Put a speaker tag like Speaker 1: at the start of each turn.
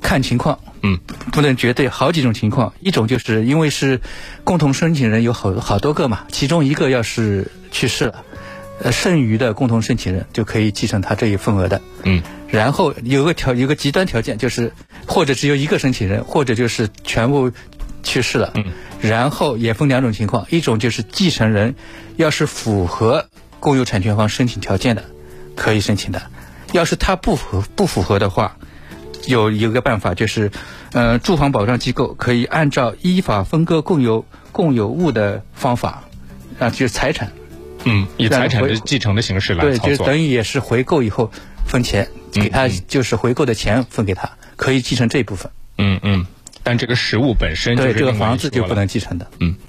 Speaker 1: 看情况，
Speaker 2: 嗯，
Speaker 1: 不能绝对。好几种情况，一种就是因为是共同申请人有好好多个嘛，其中一个要是去世了，呃，剩余的共同申请人就可以继承他这一份额的。
Speaker 2: 嗯，
Speaker 1: 然后有个条有个极端条件就是，或者只有一个申请人，或者就是全部去世了。
Speaker 2: 嗯，
Speaker 1: 然后也分两种情况，一种就是继承人要是符合共有产权方申请条件的，可以申请的；要是他不符不符合的话，有有个办法就是，呃，住房保障机构可以按照依法分割共有共有物的方法，啊，就是财产，
Speaker 2: 嗯，以
Speaker 1: 但
Speaker 2: 财产的
Speaker 1: 回
Speaker 2: 继承的形式来
Speaker 1: 对，
Speaker 2: 操
Speaker 1: 就是
Speaker 2: 作。嗯
Speaker 1: 等于也是回购以后分钱，给他就是回购的钱分给他，可以继承这一部分，
Speaker 2: 嗯嗯，但这个实物本身就是
Speaker 1: 对，这个
Speaker 2: 另外一
Speaker 1: 房子
Speaker 2: 说
Speaker 1: 就
Speaker 2: 了
Speaker 1: 不能继承的。